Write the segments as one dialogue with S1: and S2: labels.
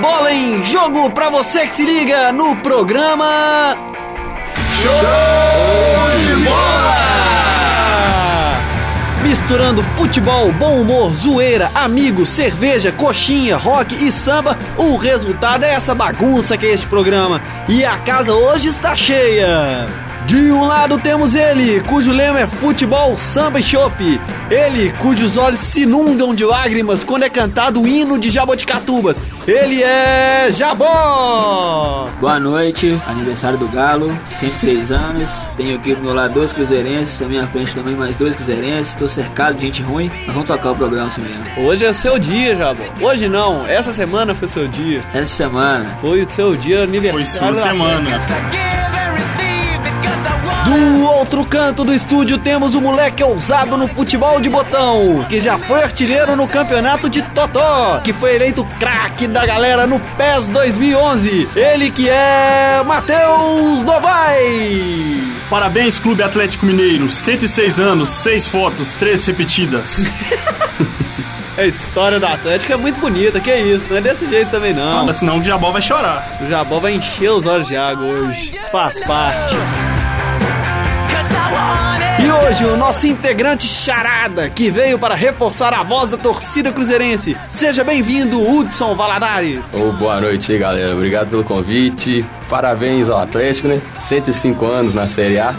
S1: Bola em jogo pra você que se liga no programa.
S2: Show de bola!
S1: Misturando futebol, bom humor, zoeira, amigo, cerveja, coxinha, rock e samba, o resultado é essa bagunça que é este programa. E a casa hoje está cheia. De um lado temos ele, cujo lema é futebol, samba e chope. Ele, cujos olhos se inundam de lágrimas quando é cantado o hino de Jaboticatubas. Ele é Jabó!
S3: Boa noite, aniversário do Galo, 106 anos. Tenho aqui do meu lado dois cruzeirenses, na minha frente também mais dois cruzeirenses. Tô cercado de gente ruim, mas vamos tocar o programa assim mesmo.
S1: Hoje é o seu dia, Jabó. Hoje não, essa semana foi seu dia.
S3: Essa semana,
S1: Foi o seu dia
S2: Foi
S1: aniversário.
S2: sua
S1: da
S2: semana.
S1: Do outro canto do estúdio temos o moleque ousado no futebol de botão, que já foi artilheiro no campeonato de Totó, que foi eleito craque da galera no PES 2011. Ele que é Matheus Novaes.
S2: Parabéns, Clube Atlético Mineiro. 106 anos, 6 fotos, 3 repetidas.
S1: A história do Atlético é muito bonita, que isso, não é desse jeito também não.
S2: Fala, senão o Diabol vai chorar.
S1: O Jabó vai encher os olhos de água hoje. Faz parte. E hoje o nosso integrante charada, que veio para reforçar a voz da torcida cruzeirense. Seja bem-vindo, Hudson Valadares.
S4: Ô, boa noite aí, galera. Obrigado pelo convite. Parabéns ao Atlético, né? 105 anos na Série A.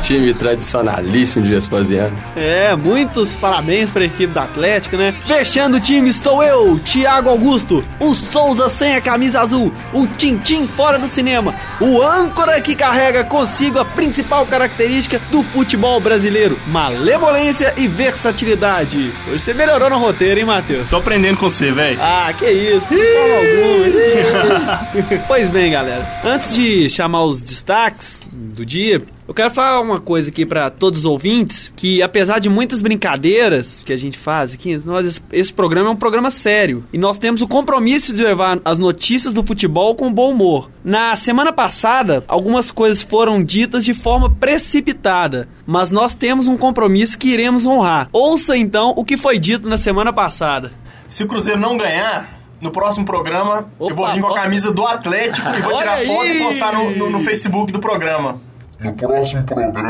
S4: Time tradicionalíssimo de Vespasiano.
S1: É, muitos parabéns para a equipe do Atlético, né? Fechando o time estou eu, Thiago Augusto, o Souza sem a camisa azul, o Tintim fora do cinema, o âncora que carrega consigo a principal característica do futebol brasileiro, malevolência e versatilidade. Hoje você melhorou no roteiro, hein, Matheus?
S2: Tô aprendendo com você, velho.
S1: Ah, que isso, de forma alguma. pois bem, galera, antes de chamar os destaques do dia, eu quero falar uma coisa aqui pra todos os ouvintes, que apesar de muitas brincadeiras que a gente faz aqui, nós, esse programa é um programa sério, e nós temos o compromisso de levar as notícias do futebol com bom humor. Na semana passada, algumas coisas foram ditas de forma precipitada, mas nós temos um compromisso que iremos honrar. Ouça então o que foi dito na semana passada.
S5: Se o Cruzeiro não ganhar, no próximo programa
S1: Opa,
S5: eu vou vir com
S1: bota.
S5: a camisa do Atlético e vou
S1: Olha
S5: tirar foto
S1: aí!
S5: e postar no, no- no Facebook do programa.
S6: No próximo programa,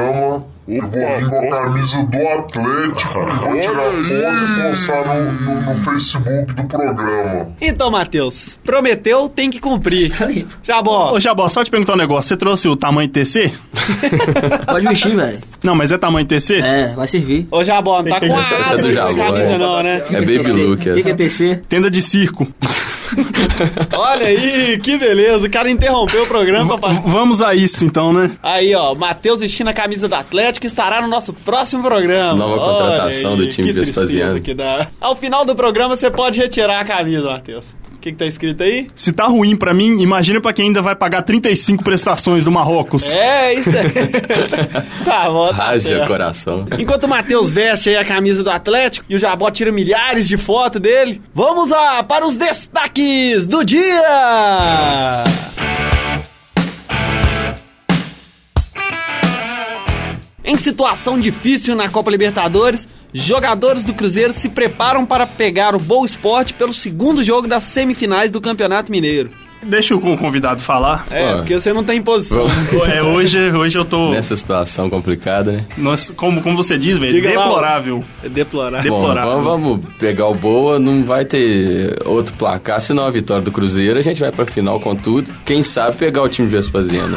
S6: eu vou vir com a camisa do Atlético e vou tirar foto e postar no, no- no Facebook do programa.
S1: Então, Matheus, prometeu, tem que cumprir.
S3: tá limpo.
S1: Jabó,
S2: Ô, Jabó, só te perguntar um negócio. Você trouxe o tamanho TC?
S3: Pode vestir, velho.
S2: Não, mas é tamanho TC?
S3: É, vai servir.
S1: ô Jabó, não tá
S2: Tem
S1: com
S2: que-
S1: a
S2: essa-
S4: essa é
S1: asa
S4: do
S1: de
S4: Jabó,
S1: camisa
S4: é.
S1: não, né?
S4: É Baby
S3: O
S4: Lucas.
S3: que, que é TC?
S2: Tenda de circo.
S1: Olha aí, que beleza, o cara interrompeu o programa pra...
S2: V- Vamos a isto, então, né?
S1: Aí, ó, Matheus vestindo a camisa do Atlético estará no nosso próximo programa.
S4: Nova
S1: Olha
S4: contratação
S1: aí,
S4: do time
S1: que tristeza
S4: Vespasiano.
S1: que dá. Ao final do programa você pode retirar a camisa, Matheus. O que, que tá escrito aí?
S2: Se tá ruim pra mim, imagina pra quem ainda vai pagar 35 prestações do Marrocos.
S1: É, isso aí. tá bom, tá
S4: Haja
S1: certo.
S4: coração.
S1: Enquanto o Matheus veste aí a camisa do Atlético e o Jabó tira milhares de fotos dele, vamos lá para os destaques do dia! Em situação difícil na Copa Libertadores, jogadores do Cruzeiro se preparam para pegar o Boa Esporte pelo segundo jogo das semifinais do Campeonato Mineiro.
S2: Deixa o convidado falar.
S1: É,
S4: Ó.
S1: porque você não tem posição.
S4: Vamos-
S2: É, hoje, hoje eu tô.
S4: Nessa situação complicada, né?
S2: Nossa, como, como você diz, velho,
S1: Diga lá, ó.
S2: deplorável.
S1: É deplorável.
S4: Bom,
S2: Deplorável.
S4: vamos, vamos pegar o Boa, não vai ter outro placar, senão a vitória do Cruzeiro, a gente vai pra final com tudo. Quem sabe pegar o time de Vespasiano.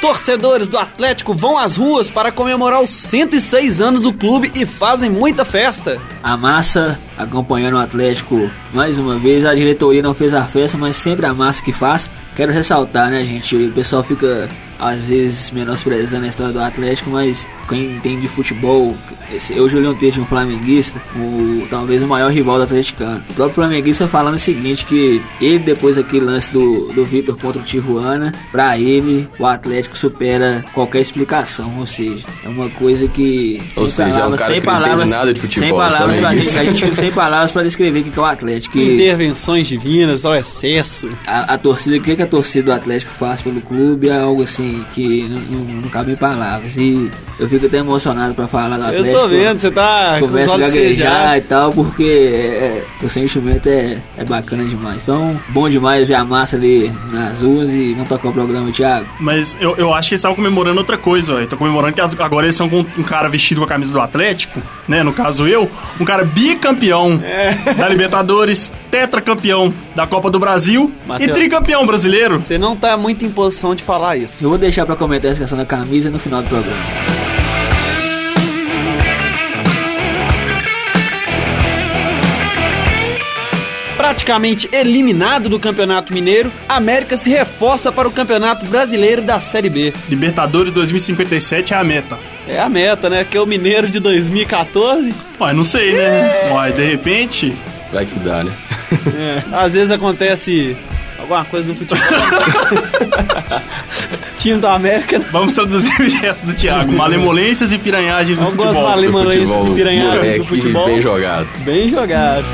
S1: Torcedores do Atlético vão às ruas para comemorar os 106 anos do clube e fazem muita festa.
S3: A massa acompanhando o Atlético mais uma vez. A diretoria não fez a festa, mas sempre a massa que faz. Quero ressaltar, né, gente? O pessoal fica às vezes menosprezando a história do Atlético, mas quem entende de futebol. esse- Hoje eu li um texto de um flamenguista, o, talvez o maior rival do atleticano. O próprio flamenguista falando o seguinte: que ele, depois daquele lance do, do Vitor contra o Tijuana, pra ele, o Atlético supera qualquer explicação. Ou seja, é uma coisa que.
S4: Ou
S3: sem
S4: seja, é um cara que não entende nada de futebol,
S3: Sem
S4: só
S3: palavras
S4: nem
S3: pra
S4: isso.
S3: a gente fica sem palavras pra descrever o que que é o Atlético. que
S1: Intervenções divinas ao excesso.
S3: a, a torcida, o que que a torcida do Atlético faz pelo clube é algo assim assim, que não, não- não cabe em palavras. E eu fico até emocionado pra falar do
S1: Eu
S3: Atlético.
S1: estou vendo, você tá com os
S3: Começa a
S1: olhos
S3: gaguejar
S1: cheios
S3: e tal, porque é, é, o sentimento é, é bacana demais. Então, bom demais ver a massa ali nas ruas e não tocar o programa, Thiago.
S2: Mas eu, eu acho que eles estavam comemorando outra coisa, velho. Tô comemorando que as- agora eles são com um cara vestido com a camisa do Atlético, né? No caso eu, um cara bicampeão
S1: É.
S2: da Libertadores, tetracampeão da Copa do Brasil e
S1: Matheus.
S2: tricampeão brasileiro.
S1: Você não tá muito em posição de falar isso.
S3: Eu vou deixar pra comentar essa questão da camisa no final do programa.
S1: Praticamente eliminado do Campeonato Mineiro, a América se reforça para o Campeonato Brasileiro da Série B.
S2: Libertadores 2057 é a meta.
S1: É a meta, né? Que é o Mineiro de 2014.
S2: Ué, não sei, né? Ué, de repente.
S4: Vai que dá, né?
S1: É, Às vezes acontece alguma coisa no futebol. Time da América.
S2: Vamos traduzir o gesto do Thiago. Malemolências e piranhagens no
S1: Algumas
S2: futebol.
S1: male- Mano, esse piranhado do
S4: moleque,
S1: futebol.
S4: bem jogado.
S1: Bem jogado.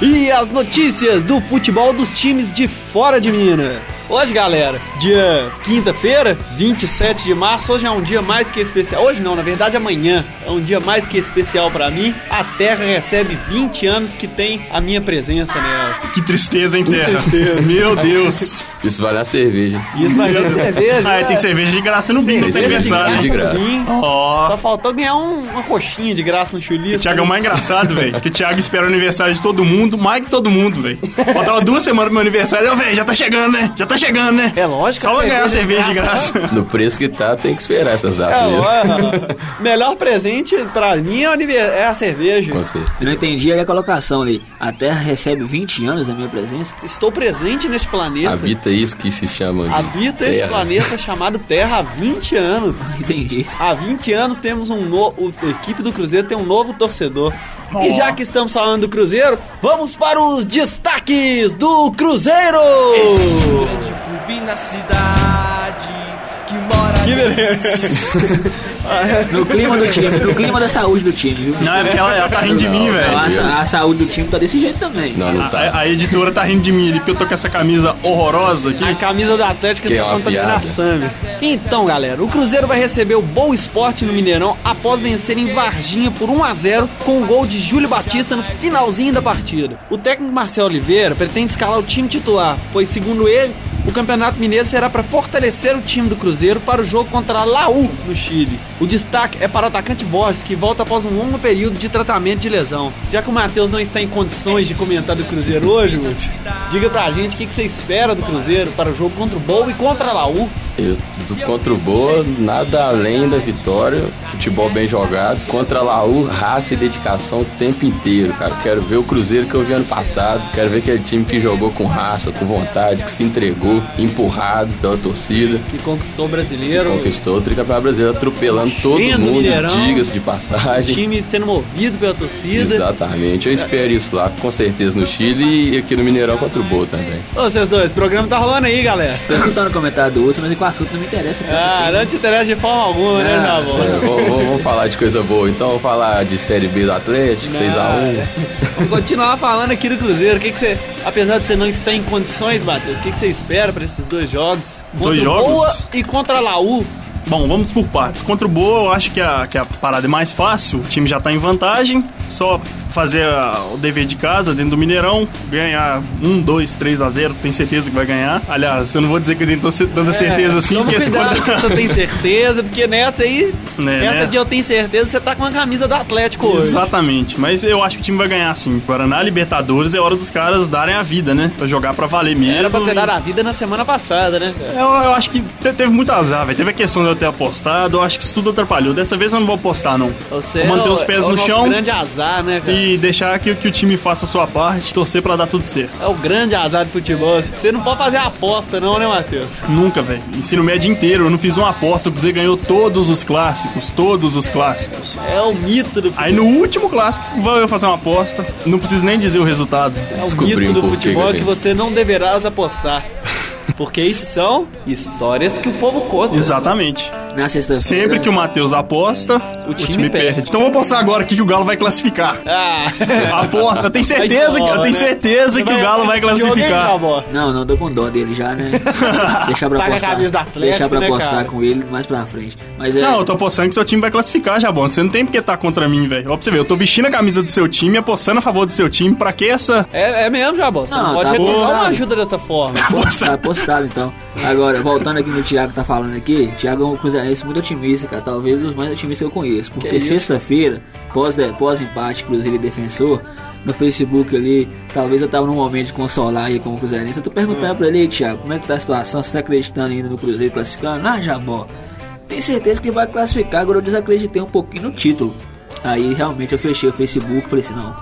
S1: E as notícias do futebol dos times de fora de Minas. Hoje, galera, dia quinta-feira, 27 de março. Hoje é um dia mais que especial. Hoje não, na verdade amanhã. É um dia mais que especial pra mim. A Terra recebe 20 anos que tem a minha presença nela.
S2: Que tristeza, hein, Terra? Meu Deus.
S4: Isso vale a cerveja.
S1: E isso vai ganhar cerveja.
S2: Ah, tem cerveja de graça no bingo, tem
S4: Cerveja de
S2: aniversário.
S4: graça.
S2: Ó.
S1: Só faltou ganhar um- uma coxinha de graça no
S2: O
S1: chulisco.
S2: Thiago é o mais engraçado, velho. Que o Thiago espera o aniversário de todo mundo, mais que todo mundo, velho. Faltava duas semanas pro meu aniversário, eu, velho, já tá chegando, né? Já tá chegando, né?
S1: É lógico
S2: Só
S1: que
S2: vai
S1: a
S2: ganhar a
S4: é
S2: cerveja de graça.
S4: No preço que tá, tem que esperar essas datas
S1: É,
S4: mesmo.
S1: ó, melhor presente pra mim é o anive- é a cerveja.
S4: Com certeza.
S3: Eu não entendi a colocação ali. A Terra recebe 20 anos da minha presença.
S1: Estou presente neste planeta.
S4: Habita isso que se chama de
S1: Habita este
S4: terra.
S1: planeta chamado Terra há 20 anos.
S3: Entendi.
S1: Há 20 anos temos um novo. A equipe do Cruzeiro tem um novo torcedor. E já que estamos falando do Cruzeiro, vamos para os destaques do Cruzeiro!
S7: Existe um grande clube na cidade que mora
S1: Que
S7: dentro
S1: beleza!
S3: No clima do time, no clima da saúde do time, viu?
S2: Não, é porque ela, ela tá rindo de mim,
S4: Não,
S2: velho.
S3: Então, a,
S4: Deus.
S3: sa- a saúde do time tá desse jeito também.
S4: Não, não tá.
S2: A, a editora tá rindo de mim ali, porque eu tô com essa camisa horrorosa aqui.
S1: A camisa do Atlético
S4: Que é
S1: está
S4: uma
S1: contaminando a
S4: piada.
S1: Sammy. Então, galera, o Cruzeiro vai receber o Boa Esporte no Mineirão após vencer em Varginha por 1 a 0 com o gol de Júlio Batista no finalzinho da partida. O técnico Marcelo Oliveira pretende escalar o time titular, pois, segundo ele, o Campeonato Mineiro será para fortalecer o time do Cruzeiro para o jogo contra a Laú no Chile. O destaque é para o atacante Borges, que volta após um longo período de tratamento de lesão. Já que o Matheus não está em condições de comentar do Cruzeiro hoje, Lúcio, diga pra gente o que, que você espera do Cruzeiro para o jogo contra o Boa e contra a Laú.
S4: Eu, do contra o Boa, nada além da vitória. Futebol bem jogado. Contra a Laú, raça e dedicação o tempo inteiro, cara. Quero ver o Cruzeiro que eu vi ano passado. Quero ver aquele time que jogou com raça, com vontade, que se entregou, empurrado pela torcida.
S1: que conquistou o brasileiro.
S4: Conquistou o tricampeonato brasileiro, atropelando todo
S1: Cheio do
S4: mundo,
S1: Mineirão.
S4: diga-se de
S1: O
S4: passagem.
S1: time sendo movido pela torcida.
S4: Exatamente, eu espero isso lá, com certeza, no Chile e aqui no Mineirão contra o Boa também.
S1: Ô, vocês dois, o programa tá rolando aí, galera.
S3: Tô escutando o comentário do outro, mas o assunto não me interessa.
S2: É,
S3: tanto
S1: Ah,
S3: assim.
S1: não te interessa de forma alguma, né,
S3: Ah,
S1: Javon?
S4: É, vamos, vamos- vamos falar de coisa boa, então vamos falar de Série B do Atlético, 6x1.
S1: Vamos continuar falando aqui do Cruzeiro. O que, que você. Apesar de você não estar em condições, Matheus, o que, que você espera para esses dois jogos? Contra
S2: Dois
S1: o
S2: jogos?
S1: Boa e contra a Laú.
S2: Bom, vamos por partes. Contra o Boa, eu acho que a, que a parada é mais fácil. O time já tá em vantagem. Só fazer a- o dever de casa dentro do Mineirão. Ganhar 1, 2, 3 a 0. Tenho certeza que vai ganhar. Aliás, eu não vou dizer que eu tenho tanta- tanta certeza assim.
S1: É, Toma
S2: porque esse
S1: cuidado que
S2: contra-
S1: você tem certeza, porque nessa aí,
S2: Né,
S1: nessa
S2: né?
S1: de eu tenho certeza, você tá com a camisa do Atlético hoje.
S2: Exatamente, mas eu acho que o time vai ganhar sim. Guaraná Libertadores é hora dos caras darem a vida, né? Pra jogar pra valer mesmo.
S1: Era pra ter dado a vida na semana passada, né? cara?
S2: Eu, eu acho que te- teve muito azar, velho. Teve a questão de eu ter apostado, eu acho que isso tudo atrapalhou. Dessa vez eu não vou apostar, não.
S1: Você
S2: vou manter
S1: é o-
S2: os
S1: é
S2: pés
S1: o
S2: no
S1: nosso
S2: chão
S1: grande azar, né, cara?
S2: e deixar que, que o time faça a sua parte, torcer pra dar tudo certo.
S1: É o grande azar do futebol. Você não pode fazer aposta, não, né, Matheus?
S2: Nunca, velho. Ensino médio inteiro, eu não fiz uma aposta, o Cruzeiro ganhou todos os clássicos, todos os clássicos.
S1: É o mito do futebol.
S2: Aí no último clássico, vou eu fazer uma aposta. Não preciso nem dizer o resultado.
S1: É o
S4: Descobri
S1: mito
S4: um
S1: do
S4: pouco
S1: futebol
S4: que
S1: que você não deverás apostar. Porque isso são histórias que o povo conta.
S2: Exatamente.
S3: Na sexta-feira.
S2: Sempre que o Matheus aposta, o time, perde. Então vou postar agora aqui que o Galo vai classificar.
S1: Ah,
S2: Aposta, eu tenho
S1: Vai
S2: certeza, que, eu
S1: bola,
S2: tenho
S1: né?
S2: certeza que o Galo vai classificar.
S3: Não, não, tô com dó dele já, né? Deixar
S1: Tá
S3: pra
S1: com a
S3: apostar.
S1: camisa do Atlético,
S3: deixar pra
S1: né,
S3: apostar
S1: cara?
S3: com ele mais pra frente. Mas é.
S2: Não, eu tô apostando que seu time vai classificar, Jabon. Você não tem porque tá contra mim, velho. Ó, pra você ver, eu tô vestindo a camisa do seu time, apostando a favor do seu time. Pra que essa?
S1: É, é mesmo, Jabó. Você
S3: Não,
S1: não, pode
S3: tá
S1: recusar
S3: bom.
S1: uma ajuda dessa forma.
S3: Tá apostado então. Agora, voltando aqui no Thiago que tá falando aqui, Thiago é um cruzeirense muito otimista, cara. Talvez os mais otimistas que eu conheço. Porque sexta-feira, pós- pós-empate, Cruzeiro e Defensor, no Facebook ali, talvez eu tava num momento de consolar aí como cruzeirense. Eu tô perguntando pra ele, "Ei, Thiago, como é que tá a situação? Você tá acreditando ainda no Cruzeiro classificando? Ah, Jabó, tem certeza que vai classificar, agora eu desacreditei um pouquinho no título. Aí realmente eu fechei o Facebook, falei assim, não,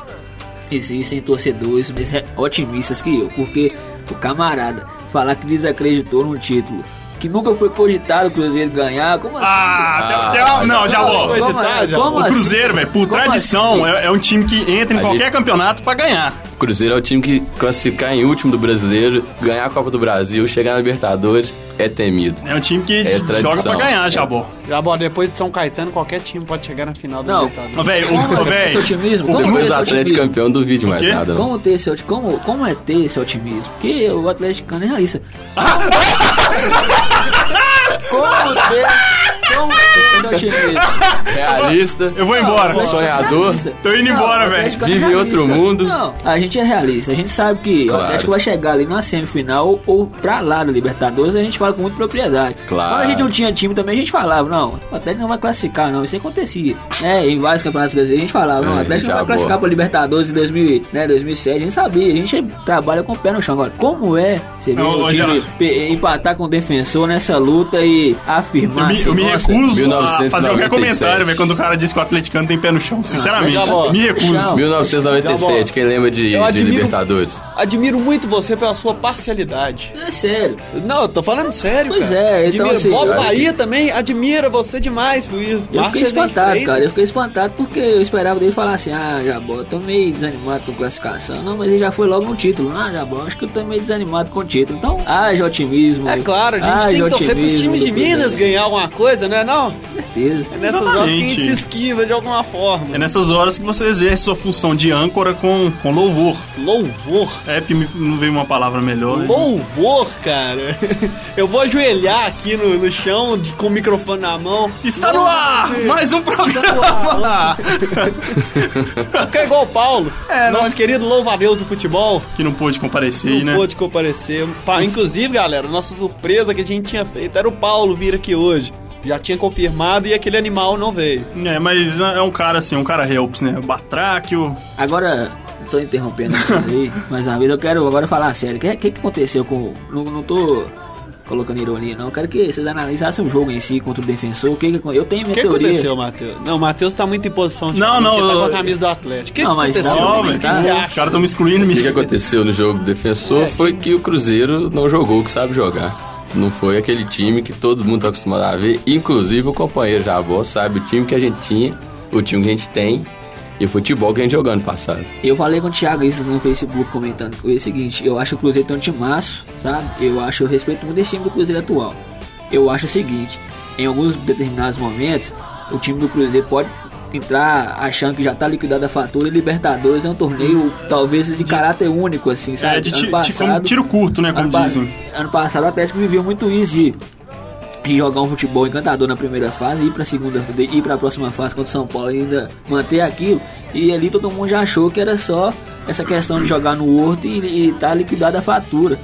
S3: existem torcedores mais re- otimistas que eu, porque o camarada falar que desacreditou num título que nunca foi cogitado o Cruzeiro ganhar, como assim?
S2: Ah,
S4: Ah,
S2: tem- tem- não, Jabon.
S1: Coisa
S3: Como-
S1: tá, Jabó?
S3: como
S2: O
S3: assim?
S2: Cruzeiro, velho, por
S3: Como
S2: tradição,
S3: assim?
S2: é, é um time que entra em
S4: A
S2: qualquer
S4: gente-
S2: campeonato pra ganhar.
S4: O Cruzeiro é o time que classificar em último do brasileiro, ganhar a Copa do Brasil, chegar na Libertadores, é temido.
S2: É um time que
S4: É
S2: joga pra
S4: tradição.
S2: ganhar, Jabon.
S1: Jabó, depois de São Caetano, qualquer time pode chegar na final do
S3: Não.
S2: Mas,
S1: Libertadores.
S2: Velho,
S3: Como
S2: o,
S3: assim? Esse
S2: velho,
S3: otimismo?
S2: o é
S3: Como
S4: Depois
S3: esse
S4: do Atlético
S3: otimismo?
S4: campeão, duvide mais
S2: quê?
S4: nada. Não.
S3: Como ter esse otimismo? Como, como é ter esse otimismo? Porque o atleticano é realista. como ter, como ter esse otimismo?
S4: Realista.
S2: eu vou embora.
S4: Não, Sonhador.
S2: Tô indo embora, velho.
S4: Vive em outro mundo.
S3: Não, a gente é realista. A gente sabe que o
S4: Claro.
S3: Atlético vai chegar ali numa semifinal ou pra lá da Libertadores. A gente fala com muita propriedade.
S4: Claro.
S3: Quando a gente não tinha time também, a gente falava: não, o Atlético não vai classificar, não. Isso acontecia. É, em vários campeonatos brasileiros, a gente falava: não, o
S4: É,
S3: Atlético
S4: já
S3: não vai
S4: boa.
S3: classificar pra Libertadores em 2000, né, 2007. A gente sabia. A gente trabalha com o pé no chão. Agora, como é você ver
S2: Não,
S3: o
S2: ô,
S3: time
S2: Geraldo.
S3: pe- empatar com o defensor nessa luta e
S2: Eu
S3: afirmar
S2: me,
S3: assim,
S2: eu me
S3: "Nossa,
S2: recuso a
S4: 1997.
S2: fazer qualquer comentário, velho, quando o cara diz que o atleticano tem pé no chão. Sinceramente,
S1: mas, Jabó,
S2: me recuso.
S3: Não.
S4: 1997, quem lembra de,
S2: É
S1: Eu
S4: de
S1: admiro-
S4: Libertadores?
S1: Admiro muito você pela sua parcialidade.
S3: É sério.
S1: Não, eu tô falando sério,
S3: Pois
S1: cara.
S3: é, então,
S1: admiro.
S3: assim,
S1: Bob
S4: eu acho
S1: Bahia também admira você demais por isso.
S3: Eu fiquei
S1: Márcio Rezende
S3: espantado,
S1: Freitas.
S3: cara. Eu fiquei espantado porque eu esperava dele falar assim: ah, Jabó, eu tô meio desanimado com classificação. Não, mas ele já foi logo no título. Ah, Jabó, acho que eu tô meio desanimado com o título. Então, haja otimismo.
S1: É claro, a gente
S3: haja
S1: tem que torcer pros
S3: otimismo
S1: times de
S3: do Cruzeiro,
S1: Minas ganhar alguma coisa, não é não?
S3: Com certeza.
S1: É nessas horas que a gente
S2: Exatamente.
S1: se esquiva de alguma
S2: É
S1: forma.
S2: nessas horas que você exerce sua função de âncora com, com louvor.
S1: Louvor.
S2: É porque me- não veio uma palavra melhor. né?
S1: Louvor, cara. Eu vou ajoelhar aqui no, no chão de- com o microfone na mão.
S2: Está no ar! Mais um programa!
S1: Fica igual o Paulo.
S2: É,
S1: nosso
S2: nós-
S1: querido louva-a-Deus do futebol.
S2: que não pôde comparecer,
S1: Não
S2: né?
S1: pôde comparecer. Pa- Inclusive, galera, nossa surpresa que a gente tinha feito era o Paulo vir aqui hoje. Já tinha confirmado e aquele animal não veio.
S2: É, mas é um cara assim, um cara helps, né? Batráquio.
S3: Agora, tô interrompendo vocês aí, mas uma vez eu quero agora falar sério. O que, é que, que aconteceu com. Não, não tô colocando ironia, não. Eu quero que vocês analisassem o jogo em si contra o defensor. O que, que acon- Eu tenho
S1: O
S3: minha
S1: que
S3: teoria.
S1: aconteceu, Matheus? Não, o Matheus tá muito em posição de
S2: Não,
S1: porque
S2: não,
S1: tá com
S2: eu-
S1: a camisa do Atlético. O que,
S3: Não,
S1: que
S3: mas tá-
S1: aconteceu? O
S3: não,
S2: Ó,
S1: que
S2: velho,
S1: que você
S2: os
S1: acha?
S2: caras estão me excluindo
S4: O que, que
S2: mesmo.
S4: aconteceu no jogo do
S1: É.
S4: defensor foi que o Cruzeiro não jogou o que sabe jogar. Não foi aquele time que todo mundo tá acostumado a ver, inclusive o companheiro Jabó sabe o time que a gente tinha, o time que a gente tem e o futebol que a gente jogou ano passado.
S3: Eu falei com o Thiago isso no Facebook comentando com ele o seguinte, eu acho que o Cruzeiro tem um timaço, sabe? Eu acho, eu respeito muito esse time do Cruzeiro atual. Eu acho o seguinte, em alguns determinados momentos, o time do Cruzeiro pode entrar achando que já tá liquidada a fatura e Libertadores é um torneio talvez de caráter único, assim, sabe?
S2: Hum. É, de ti- ti- como tiro curto, né? Como
S3: ano, pa-
S2: dizem.
S3: ano passado o Atlético viveu muito isso de, de jogar um futebol encantador na primeira fase, ir pra segunda, de- ir pra próxima fase contra o São Paulo e ainda manter aquilo. E ali todo mundo já achou que era só essa questão de jogar no Horto e, e tá liquidada a fatura.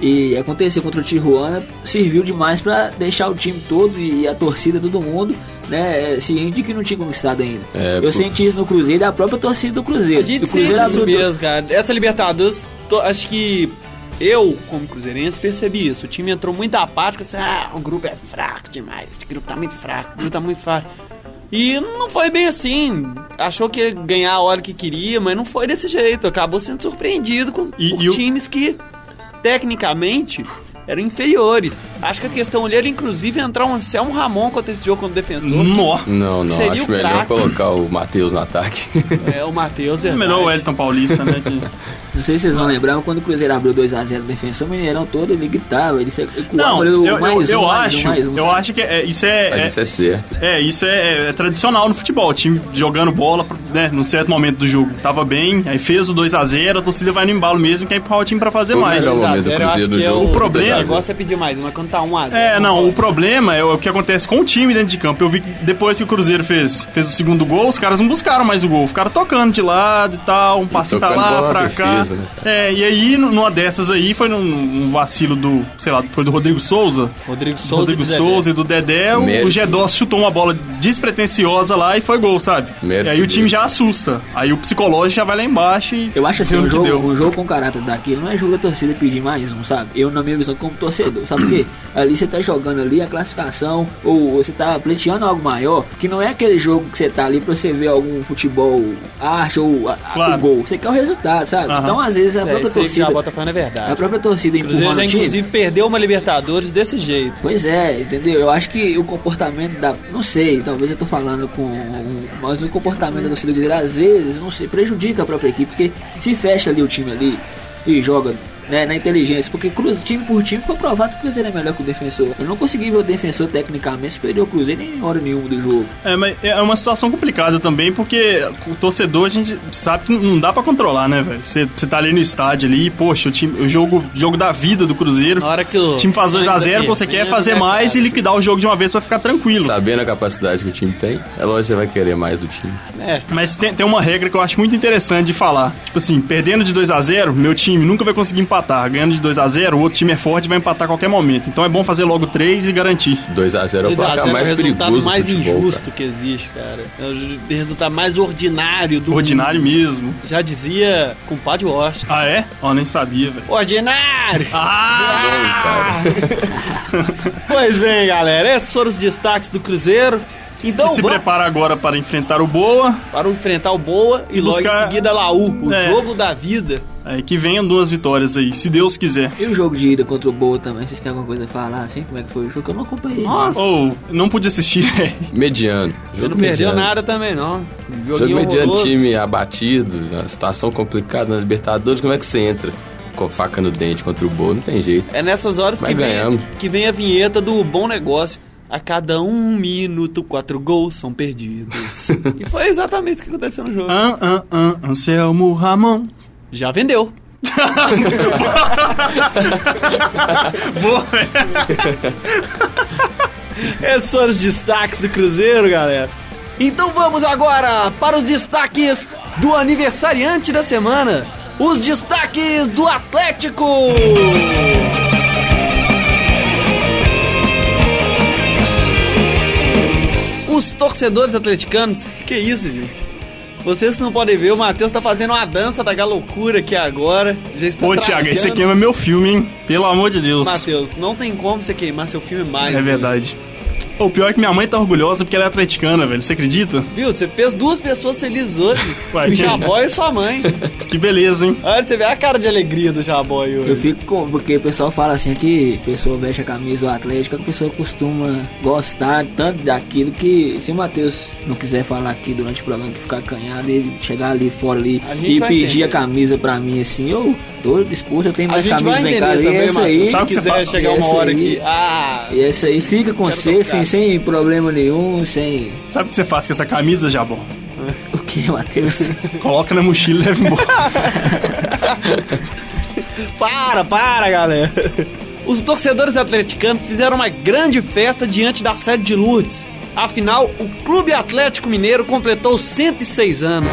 S3: E aconteceu contra o Tijuana, serviu demais pra deixar o time todo e a torcida, todo mundo, né, eh, ciente de que não tinha conquistado ainda.
S4: É,
S3: Eu
S4: pô.
S3: senti isso no Cruzeiro e a própria torcida do Cruzeiro.
S1: A gente
S3: o Cruzeiro
S1: sente isso
S3: abriu-
S1: mesmo, cara. Essa Libertadores, tô- acho que eu, como cruzeirense, percebi isso. O time entrou muito apático, assim, ah, o grupo é fraco demais, esse grupo tá muito fraco, o grupo tá muito fraco. E não foi bem assim. Achou que ia ganhar a hora que queria, mas não foi desse jeito. Acabou sendo surpreendido com
S2: E-
S1: por
S2: e o-
S1: times que, tecnicamente, eram inferiores. Acho que a questão ali era, inclusive, entrar um Anselmo Ramon contra esse jogo como defensor.
S2: Nó.
S4: Não, não,
S1: Seria o
S4: acho melhor
S1: craque.
S4: colocar o Matheus no ataque.
S1: É, o Matheus.
S2: É melhor o Elton Paulista, né? que-
S3: Não sei se vocês vão lembrar, quando o Cruzeiro abriu 2x0 na defensão, o Mineirão todo ele gritava, ele se
S2: Não,
S3: ele,
S2: eu, eu,
S3: mais
S2: eu
S3: um, mais
S2: acho,
S3: um, mais um,
S2: eu
S3: sabe?
S2: acho que é- isso é,
S4: Mas
S2: é-
S4: isso é certo.
S2: É, isso é, é tradicional no futebol. O time jogando bola, né, num certo momento do jogo tava bem, aí fez o 2 a 0 a torcida vai no embalo mesmo, que é empurrar o time pra fazer
S4: Foi o
S2: mais.
S4: melhor momento do
S1: 2x0, eu acho
S4: Cruzeiro do
S1: que é
S4: jogo.
S1: o,
S2: O problema-
S1: O negócio é pedir mais, mas quando tá 1x0.
S2: É, não, o problema é o que acontece com o time dentro de campo. Eu vi que depois que o Cruzeiro fez, fez o segundo gol, os caras não buscaram mais o gol, ficaram tocando de lado e tal, um passinho pra
S4: tocando
S2: lá,
S4: bola
S2: pra
S4: na
S2: cá.
S4: defesa, né?
S2: É, e aí, numa dessas aí, foi num, num vacilo do, sei lá, foi do Rodrigo Souza.
S1: Rodrigo Souza.
S2: Rodrigo
S1: e Zé
S2: Souza e do Dedé, o,
S4: Mérito.
S2: o Gedó chutou uma bola despretensiosa lá e foi gol, sabe?
S4: Mérito
S2: e aí o time
S4: dele.
S2: já assusta. Aí o psicológico já vai lá embaixo e.
S3: Eu acho assim,
S2: deu no
S3: um
S2: que
S3: jogo,
S2: deu.
S3: um jogo com caráter daquilo não é jogo da torcida pedir mais um, sabe? Eu, na minha visão, como torcedor, sabe por quê? Ali você tá jogando ali a classificação, ou você tá pleiteando algo maior, que não é aquele jogo que você tá ali pra você ver algum futebol arte ou a, a-
S2: Claro.
S3: o gol. Você quer o resultado, sabe?
S2: Aham.
S3: Então, às vezes, a
S1: É,
S3: própria
S1: isso aí que já
S3: torcida.
S1: bota fã na verdade.
S3: A própria torcida
S1: O Cruzeiro
S3: empurrando
S1: já,
S3: o time.
S1: inclusive, perdeu uma Libertadores desse jeito.
S3: Pois é, entendeu? Eu acho que o comportamento da. Não sei, talvez eu tô falando com. um, Mas o comportamento da torcida dele, às vezes, não sei, prejudica a própria equipe, porque se fecha ali o time ali e joga. Né, na inteligência, porque cruza, time por time ficou provado que o Cruzeiro é melhor que o defensor. Eu não consegui ver o defensor tecnicamente superior ao Cruzeiro em hora nenhuma do jogo.
S2: É, mas é uma situação complicada também, porque o torcedor a gente sabe que não dá pra controlar, né, velho? Você você tá ali no estádio ali, e, poxa, o, time, o jogo, jogo da vida do Cruzeiro.
S1: Na hora que o tá
S2: O time faz 2x0, você quer fazer
S1: né,
S2: mais
S1: É,
S2: e liquidar o jogo de uma vez pra ficar tranquilo.
S4: Sabendo a capacidade que o time tem, é lógico que você vai querer mais do time.
S1: É,
S2: Mas tem, tem uma regra que eu acho muito interessante de falar. Tipo assim, perdendo de 2 a 0 meu time nunca vai conseguir empatar. Ganhando de 2 a 0 o outro time é forte e vai empatar a qualquer momento. Então é bom fazer logo 3 e garantir.
S4: 2x0 é o
S1: 2 a 0
S4: placar
S1: é o
S4: mais
S1: resultado
S4: perigoso
S1: mais
S4: do futebol,
S1: injusto
S4: cara.
S1: que existe, cara. É o resultado mais ordinário do
S2: Ordinário mesmo.
S1: mundo. Já dizia com o Padre Washington.
S2: Ah, é? Ó, nem sabia, velho.
S1: Ordinário!
S2: Ah!
S4: Não, cara.
S1: Pois bem, galera, esses foram os destaques do Cruzeiro. Então,
S2: E se
S1: vamos
S2: prepara agora para enfrentar o Boa.
S1: para enfrentar o Boa e,
S2: E
S1: logo
S2: buscar-
S1: em seguida Laú, o
S2: É.
S1: jogo da vida.
S2: É, que venham duas vitórias aí, se Deus quiser.
S3: E o jogo de ida contra o Boa também, vocês têm alguma coisa a falar assim? Como é que foi o jogo? Eu não acompanhei.
S2: Ou, não pude assistir, velho.
S4: Mediano.
S1: Você não perdeu nada também, não.
S4: Jogo
S1: Joguinho
S4: mediano,
S1: horroroso.
S4: time abatido, uma situação complicada na Libertadores, como é que você entra? Com a faca no dente contra o Boa, não tem jeito.
S1: É nessas horas
S4: Mas
S1: que vem,
S4: ganhamos.
S1: que vem a vinheta do bom negócio. A cada um minuto, quatro gols são perdidos. e foi exatamente o que aconteceu no jogo.
S2: An, an, an, Anselmo Ramon.
S1: Já vendeu.
S2: Boa, velho.
S1: Esses são os destaques do Cruzeiro, galera. Então vamos agora para os destaques do aniversariante da semana. Os destaques do Atlético. Os torcedores atleticanos. Que isso, gente? Vocês não podem ver, o Matheus tá fazendo uma dança da loucura aqui agora. Já está
S2: Pô, Thiago, esse
S1: trajando.
S2: aqui é meu filme, hein? Pelo amor de Deus.
S1: Matheus, não tem como você queimar seu filme mais.
S2: É
S1: né?
S2: verdade. O pior é que minha mãe tá orgulhosa porque ela é atleticana, velho. Você acredita?
S1: Viu? Você fez duas pessoas felizes hoje.
S2: Ué,
S1: o
S2: que-
S1: Jabói e sua mãe.
S2: Que beleza, hein?
S1: Olha, você vê a cara de alegria do Jabói
S3: Eu
S1: hoje.
S3: fico com. Porque o pessoal fala assim que a pessoa veste a camisa do Atlético, a pessoa costuma gostar tanto daquilo que se o Matheus não quiser falar aqui durante o programa que ficar canhado, ele chegar ali fora ali
S1: A gente
S3: e
S1: vai
S3: pedir
S1: entender.
S3: a camisa pra mim assim, eu tô disposto, eu tenho
S1: A
S3: mais
S1: gente vai
S3: camisas em
S1: entender
S3: casa. E
S1: também,
S3: essa aí.
S1: Matheus. Se
S2: Sabe o que você
S1: quiser
S2: fala?
S1: chegar uma
S3: Essa
S1: hora
S3: aí.
S1: aqui. Ah,
S3: E essa aí fica com
S1: Quero
S3: você,
S1: tocar.
S3: assim, sem problema nenhum, sem.
S2: Sabe o que você faz com essa camisa, Jabão?
S3: O que, Matheus?
S2: Coloca na mochila e leva embora.
S1: para, para, galera. Os torcedores atleticanos fizeram uma grande festa diante da sede de Lourdes. Afinal, o Clube Atlético Mineiro completou 106 anos.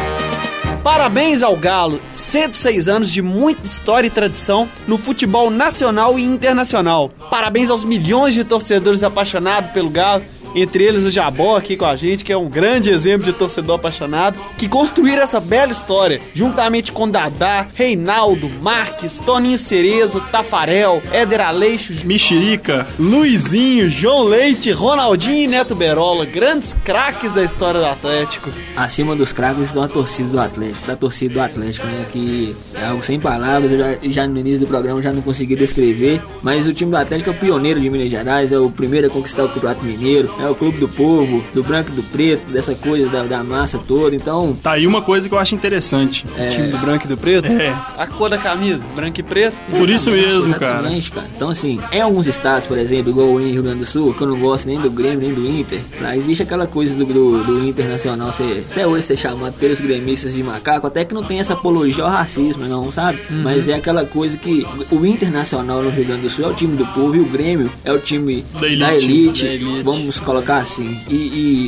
S1: Parabéns ao Galo, 106 anos de muita história e tradição no futebol nacional e internacional. Parabéns aos milhões de torcedores apaixonados pelo Galo, entre eles o Jabó aqui com a gente, que é um grande exemplo de torcedor apaixonado, que construíram essa bela história, juntamente com Dadá, Reinaldo, Marques, Toninho Cerezo, Tafarel, Éder Aleixo,
S2: Mexerica.
S1: Luizinho, João Leite, Ronaldinho e Neto Berola, grandes craques da história do Atlético.
S3: acima dos craques da torcida do Atlético, da torcida do Atlético, né? Que é algo sem palavras, eu já, já no início do programa eu já não consegui descrever, mas o time do Atlético é o pioneiro de Minas Gerais, é o primeiro a conquistar o Campeonato Mineiro, né? O clube do povo, do branco e do preto, dessa coisa da, da massa toda. Então,
S2: Tá aí uma coisa que eu acho interessante.
S1: Time do branco e do preto?
S2: É.
S1: A cor da camisa, branco e preto.
S2: Por isso mesmo, cara.
S3: Exatamente, cara. Então, assim, em alguns estados, por exemplo, igual o Rio Grande do Sul, que eu não gosto nem do Grêmio, nem do Inter, lá existe aquela coisa do, do, do Internacional ser, até hoje ser chamado pelos gremistas de macaco, até que não tem essa apologia ao racismo, não, sabe?
S2: Uhum.
S3: Mas é aquela coisa que o Internacional no Rio Grande do Sul é o time do povo e o Grêmio é o time
S2: Da elite.
S3: da elite.
S1: Da elite.
S3: Vamos colocar assim. E,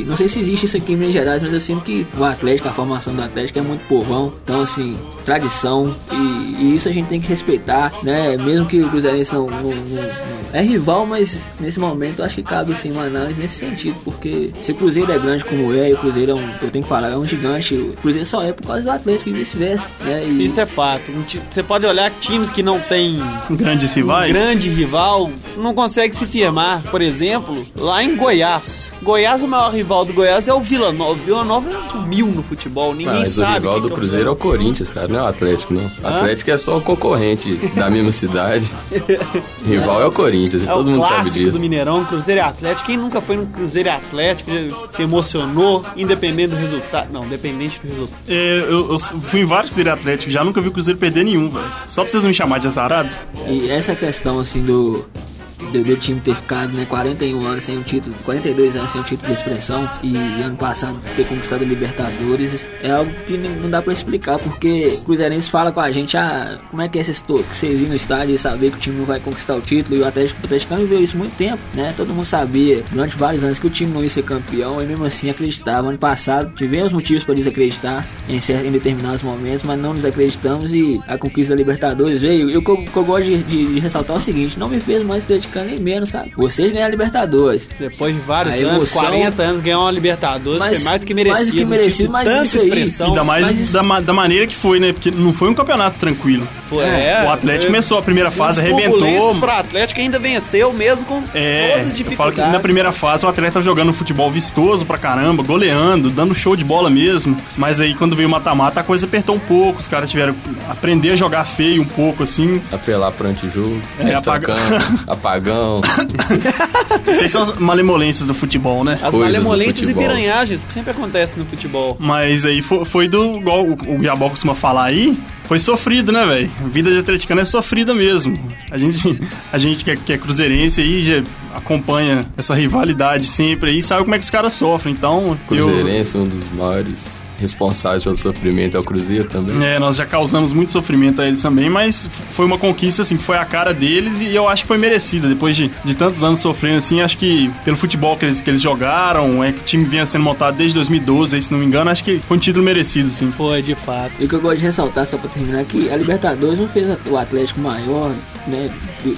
S3: e não sei se existe isso aqui em Minas Gerais, mas eu sinto que o Atlético, a formação do Atlético é muito povão. Então, assim, tradição. E, e isso a gente tem que respeitar, né? Mesmo que o Cruzeirense não, não- não- não- É rival, mas nesse momento eu acho que cabe sim uma análise nesse sentido, porque se o Cruzeiro é grande como é, e o Cruzeiro é um, eu tenho que falar, é um gigante, o Cruzeiro só é por causa do Atlético e vice-versa, né? E-
S1: Isso é fato. Um ti- Você pode olhar que times que não têm
S2: Grandes
S1: um
S2: rivais.
S1: grande rival não consegue se firmar. Por exemplo, lá em Goiás. Goiás, o maior rival do Goiás é o Vila Nova. O Vila Nova é sumiu no futebol, ninguém
S4: Ah, Mas o
S1: sabe.
S4: rival
S1: quem
S4: do
S1: que é
S4: Cruzeiro é o Corinthians, cara, não é o Atlético, não. O Atlético é só o concorrente da mesma cidade. Rival é o Corinthians, e
S1: É
S4: todo
S1: o
S4: mundo
S1: clássico
S4: sabe disso.
S1: do Mineirão, Cruzeiro e Atlético. Quem nunca foi num Cruzeiro e Atlético já se emocionou, independente do resultado. Não, dependente do resultado.
S2: É, eu, eu fui em vários Cruzeiro e Atlético, já nunca vi o Cruzeiro perder nenhum, velho. Só pra vocês não me chamar de azarado.
S3: E essa questão assim do, do, do time ter ficado né, 41 anos sem um título, 42 anos sem um título de expressão e ano passado ter conquistado a Libertadores é algo que não, não dá pra explicar, porque o Cruzeirense fala com a gente, ah, como é que é essa história? Que vocês ir no estádio e saber que o time não vai conquistar o título e o Atlético, o Atlético viveu isso muito tempo, né? Todo mundo sabia durante vários anos que o time não ia ser campeão e mesmo assim acreditava. Ano passado tivemos motivos para desacreditar em, cer- em determinados momentos, mas não nos acreditamos e a conquista da Libertadores veio. E o que eu, que eu gosto de, de- de ressaltar é o seguinte: não me fez mais criticar nem menos, sabe? Vocês ganharam a Libertadores.
S1: Depois de vários
S3: A
S1: anos,
S3: emoção-
S1: 40 anos, ganhar uma Libertadores
S3: Mas-
S1: foi mais do que
S3: mais do
S1: merecido.
S3: que
S1: um
S3: merecido,
S1: time de
S3: mas
S1: tanta
S3: isso aí-
S1: expressão.
S2: Ainda mais
S3: mas isso-
S2: da, ma- da maneira que foi, né? Porque não foi um campeonato tranquilo.
S1: Pô, é,
S2: o Atlético
S1: é-
S2: começou a primeira fase,
S1: Os turbulências
S2: arrebentou.
S1: pro Atlético ainda venceu, mesmo com
S2: É,
S1: todas as
S2: eu falo
S1: dificuldades.
S2: que na primeira fase o Atlético tá jogando futebol vistoso pra caramba, goleando, dando show de bola mesmo. Mas aí quando veio o mata-mata a coisa apertou um pouco, os caras tiveram que aprender a jogar feio um pouco assim.
S4: Apelar pro antijogo,
S2: É,
S4: extra
S2: apaga-
S4: campo, apagão.
S2: Vocês são as malemolências do futebol, né?
S1: As
S4: coisas do
S1: malemolências e
S4: futebol.
S1: piranhagens que sempre acontece no futebol.
S2: Mas aí fo- foi, do. Igual o o Jabal costuma falar aí. Foi sofrido, né, velho? Vida de atleticano é sofrida mesmo. A gente, a gente que, é, que é cruzeirense aí já acompanha essa rivalidade sempre aí, sabe como é que os caras sofrem. Então,
S4: Cruzeirense, um dos maiores responsáveis pelo sofrimento é o Cruzeiro também.
S2: É, nós já causamos muito sofrimento a eles também, mas f- foi uma conquista, assim, que foi a cara deles e eu acho que foi merecida. Depois de, de tantos anos sofrendo, assim, acho que pelo futebol que eles, que eles jogaram, é que o time vinha sendo montado desde 2012, aí, se não me engano, acho que foi um título merecido, assim.
S1: Foi, de fato.
S3: E o que eu gosto de ressaltar, só pra terminar, é que a Libertadores não fez o Atlético maior, né?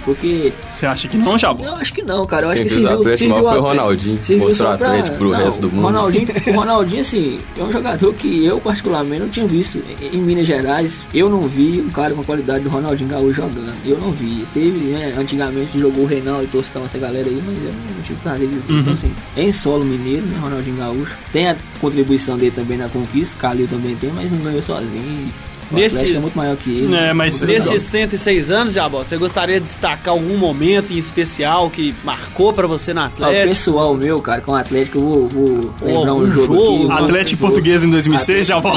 S3: Porque
S2: Você acha que não, Jabo?
S3: Eu acho que não, cara. Eu acho
S4: Quem
S3: que
S4: fez o
S3: serviu-
S4: Atlético
S3: serviu
S4: mal foi o
S3: Atl-
S4: Ronaldinho.
S3: serviu
S4: Mostrou
S3: só
S4: o Atlético pro resto do mundo.
S3: Ronaldinho, o Ronaldinho, assim, é um jogador que eu, particularmente, não tinha visto em em Minas Gerais. Eu não vi um cara com a qualidade do Ronaldinho Gaúcho jogando. Eu não vi. Teve, né, antigamente jogou o Reinaldo, Tostão, essa galera aí, mas eu não tive prazer de ver.
S2: Uhum.
S3: Então, assim, em solo mineiro, né, Ronaldinho Gaúcho. Tem a contribuição dele também na conquista, Calil também tem, mas não ganhou sozinho. O
S1: Nesses-
S3: Atlético é muito maior que ele.
S2: É, mas-
S3: O Atlético-
S1: Nestes 106 anos, Jabó, você gostaria de destacar algum momento em especial que marcou pra você no
S3: Ah, o
S1: Atlético?
S3: pessoal meu, cara, com o Atlético, eu vou, vou lembrar um
S1: um
S3: jogo,
S1: jogo,
S3: aqui.
S1: um
S2: Atlético Português em 2006, Jabo?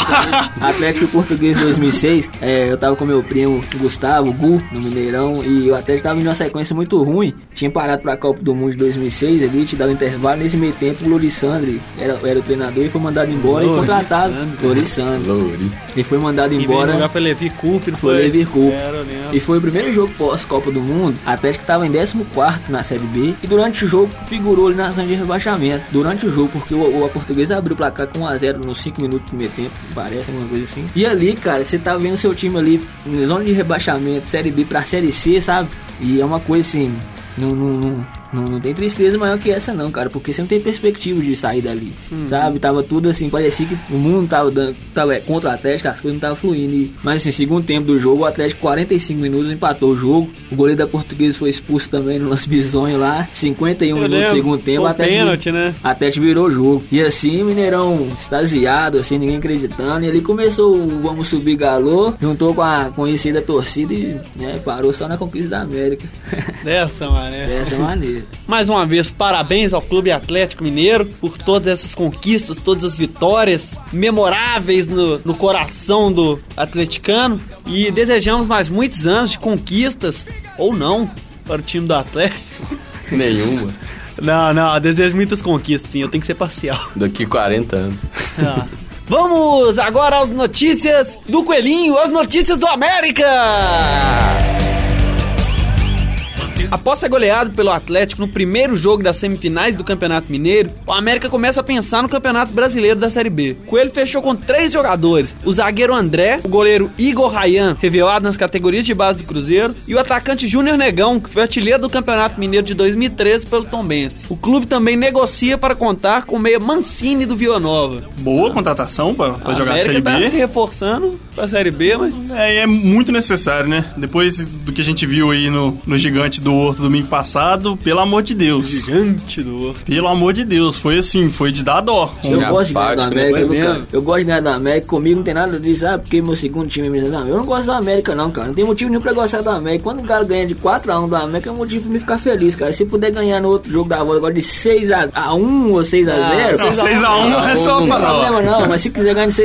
S3: Atlético Português 2006, é, eu tava com meu primo Gustavo, Gu, no Mineirão, e o Atlético tava em uma sequência muito ruim. Tinha parado pra Copa do Mundo de 2006, ali, te dava um intervalo. Nesse meio tempo, o Lorissandre era, era o treinador e foi mandado embora e contratado. Lorissandre.
S4: Louri.
S3: Ele foi mandado
S1: E veio
S3: embora.
S1: jogar foi Levi Coupe, não
S3: Foi
S1: foi?
S3: Levi Coupe.
S1: Era, eu lembro.
S3: E foi o primeiro jogo pós-Copa do Mundo, até que estava em 14 na Série B, e durante o jogo figurou ali na zona de rebaixamento. Durante o jogo, porque o, o a portuguesa abriu o placar com 1x0 nos 5 minutos do primeiro tempo, parece, alguma coisa assim. E ali, cara, você tá vendo seu time ali na zona de rebaixamento, Série B pra Série C, sabe? E é uma coisa assim, não, não, não, não, não tem tristeza maior que essa não, cara, porque você não tem perspectiva de sair dali,
S1: Uhum.
S3: sabe? Tava tudo assim, parecia que o mundo tava, dando, tava é, contra o Atlético, as coisas não estavam fluindo. E- mas assim, segundo tempo do jogo, o Atlético 45 minutos empatou o jogo, o goleiro da Portuguesa foi expulso também no lance bizonho lá, 51
S1: Eu
S3: minutos do
S1: lembro.
S3: segundo tempo,
S1: Com
S3: o Atlético-
S1: pênalti, né?
S3: até te virou o jogo. E assim, Mineirão extasiado, assim, ninguém acreditando. E ali começou o Vamos Subir Galô, juntou com a conhecida torcida e né, parou só na conquista da América.
S1: Dessa, mané.
S3: Dessa maneira.
S1: Mais uma vez, parabéns ao Clube Atlético Mineiro por todas essas conquistas, todas as vitórias memoráveis no, no coração do atleticano. E desejamos mais muitos anos de conquistas, ou não, para o time do Atlético.
S4: Nenhuma.
S1: Não, não, desejo muitas conquistas, sim, eu tenho que ser parcial.
S4: Daqui 40 anos.
S1: Vamos agora às notícias do Coelhinho, as notícias do América! Após ser goleado pelo Atlético no primeiro jogo das semifinais do Campeonato Mineiro, o América começa a pensar no Campeonato Brasileiro da Série B. Coelho fechou com três jogadores: o zagueiro André, o goleiro Igor Rayan, revelado nas categorias de base do Cruzeiro, e o atacante Júnior Negão, que foi artilheiro do Campeonato Mineiro de 2013 pelo Tombense. O clube também negocia para contar com o meia Mancini do Vila Nova.
S2: Boa contratação pra, pra
S3: Ah,
S2: jogar a
S1: América
S2: Série
S1: tá
S2: B.
S3: assim.
S1: se reforçando pra Série B, mas...
S2: É, e é muito necessário, né? Depois do que a gente viu aí no, no Gigante do Horto domingo passado, pelo amor de Deus.
S1: Gigante do Horto.
S2: Pelo amor de Deus, foi assim, foi de dar dó.
S3: Eu
S4: Já
S3: gosto de ganhar do
S4: bate, né?
S3: América,
S4: É
S3: viu,
S4: mesmo?
S3: cara? Eu gosto de ganhar do América. Comigo não tem nada disso, ah, porque meu segundo time é Minas. Não, eu não gosto do América, não, cara. Não tem motivo nenhum pra gostar do América. Quando o Galo ganha de 4x1 do América, é motivo pra me ficar feliz, cara. Se puder ganhar no outro jogo da volta agora de 6x1 ou 6x0.
S2: Não, 6x1 é só
S3: um, Não
S2: pra
S4: Não, não.
S3: tem
S2: dó.
S3: problema não, mas se quiser ganhar de